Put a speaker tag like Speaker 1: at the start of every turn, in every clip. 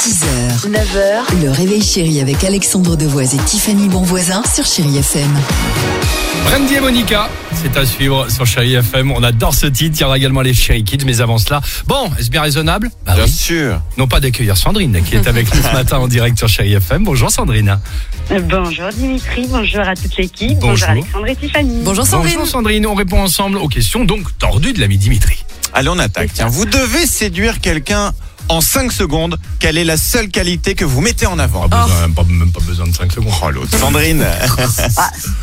Speaker 1: 6h, 9h, le réveil chéri avec Alexandre Devoise et Tiffany Bonvoisin sur Chéri FM.
Speaker 2: Brandy et Monica, c'est à suivre sur Chéri FM. On adore ce titre. Il y aura également les Chéri Kids, mais avant cela, bon, est-ce bien raisonnable Bah
Speaker 3: Bien
Speaker 2: oui.
Speaker 3: sûr.
Speaker 2: Non pas d'accueillir Sandrine, qui est avec nous ce matin en direct sur Chéri FM. Bonjour Sandrine.
Speaker 4: Bonjour Dimitri, bonjour à toute l'équipe,
Speaker 2: Bonjour.
Speaker 4: bonjour, Alexandre et Tiffany.
Speaker 1: Bonjour Sandrine.
Speaker 2: Bonjour Sandrine. On répond ensemble aux questions donc tordues de l'ami Dimitri.
Speaker 3: Allez, on attaque. Tiens, vous devez séduire quelqu'un en 5 secondes. Quelle est la seule qualité que vous mettez en avant
Speaker 2: Pas besoin- pas- même pas besoin de 5 secondes.
Speaker 3: Oh, l'autre. Sandrine.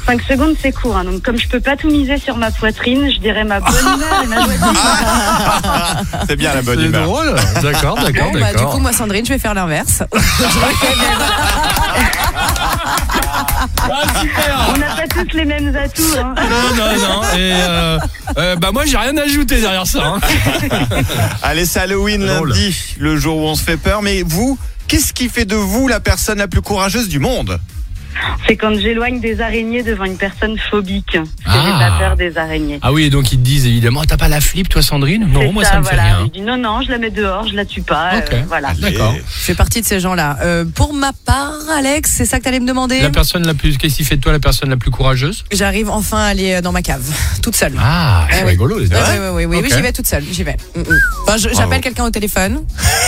Speaker 4: 5 secondes c'est court, hein, donc comme je peux pas tout miser sur ma poitrine, je dirais ma bonne humeur et ma joie de vivre.
Speaker 3: C'est bien la bonne
Speaker 2: C'est
Speaker 3: humeur.
Speaker 2: drôle. D'accord, d'accord,
Speaker 5: Bon, bah, du coup,
Speaker 2: Ah, d'accord.
Speaker 5: moi, Sandrine, je vais faire l'inverse.
Speaker 4: On n'a pas tous les mêmes atouts. hein.
Speaker 2: Non, non, non. Et euh, euh, bah moi j'ai rien ajouté derrière ça. hein.
Speaker 3: Allez, c'est Halloween
Speaker 2: Drôle.
Speaker 3: lundi, le jour où on se fait peur. Mais vous, qu'est-ce qui fait de vous la personne la plus courageuse du monde
Speaker 4: C'est quand j'éloigne des araignées devant une personne phobique. Parce
Speaker 2: Ah.
Speaker 4: que J'ai pas peur des araignées.
Speaker 2: Ah oui, donc ils te disent évidemment, Ah, t'as pas la flip toi Sandrine Non,
Speaker 4: C'est
Speaker 2: moi
Speaker 4: ça,
Speaker 2: ça me fait
Speaker 4: voilà.
Speaker 2: rien.
Speaker 4: Je dis non, non, je la mets dehors, je la tue pas.
Speaker 2: Ok.
Speaker 4: euh, voilà.
Speaker 2: D'accord.
Speaker 3: Et-
Speaker 5: Je fais partie de ces gens-là. Euh, pour ma part, Alex, c'est ça que t'allais me demander
Speaker 2: La personne la plus, qu'est-ce qui fait de toi la personne la plus courageuse
Speaker 5: J'arrive enfin à aller euh, dans ma cave, toute seule.
Speaker 2: Ah,
Speaker 5: Eh
Speaker 2: c'est
Speaker 5: oui.
Speaker 2: rigolo. c'est
Speaker 5: Ouais, ouais,
Speaker 2: vrai.
Speaker 5: ouais, ouais, oui,
Speaker 2: Ok.
Speaker 5: oui, j'y vais toute seule, j'y vais. Mm, mm. Enfin, je-
Speaker 3: Bravo.
Speaker 5: J'appelle quelqu'un au téléphone,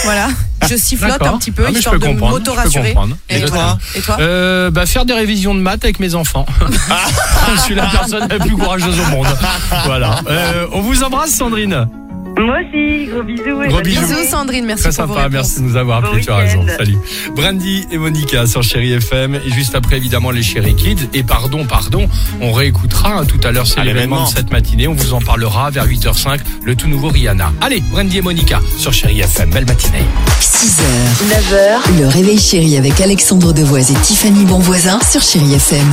Speaker 5: voilà. Je sifflote
Speaker 2: D'accord.
Speaker 5: un petit peu,
Speaker 2: Ah, mais je
Speaker 5: histoire
Speaker 2: peux
Speaker 5: de
Speaker 2: comprendre, je peux
Speaker 5: m'auto-rassurer.
Speaker 2: comprendre. Et toi
Speaker 5: voilà. Et toi
Speaker 2: Euh, bah faire des révisions de maths avec mes enfants. je suis la personne la plus courageuse au monde. Voilà. Euh, on vous embrasse Sandrine.
Speaker 4: Moi aussi, gros bisous. et
Speaker 2: Gros
Speaker 4: bonne
Speaker 2: bisous.
Speaker 4: journée.
Speaker 5: Bisous, Sandrine, merci
Speaker 2: Très
Speaker 5: pour vos
Speaker 2: sympa,
Speaker 5: réponses.
Speaker 2: merci de nous avoir
Speaker 4: Bon
Speaker 2: appelés, tu as raison.
Speaker 4: week-end.
Speaker 2: Salut. Brandy et Monica sur Chéri FM et juste après évidemment les Chéri Kids et pardon, pardon, on réécoutera hein, tout à l'heure c'est
Speaker 3: À
Speaker 2: l'événement
Speaker 3: l'événement.
Speaker 2: de cette matinée, on vous en parlera vers 8h05 le tout nouveau Rihanna. Allez, Brandy et Monica sur Chéri FM, belle matinée.
Speaker 1: 6h, 9h, le réveil chéri avec Alexandre Devoise et Tiffany Bonvoisin sur Chéri FM.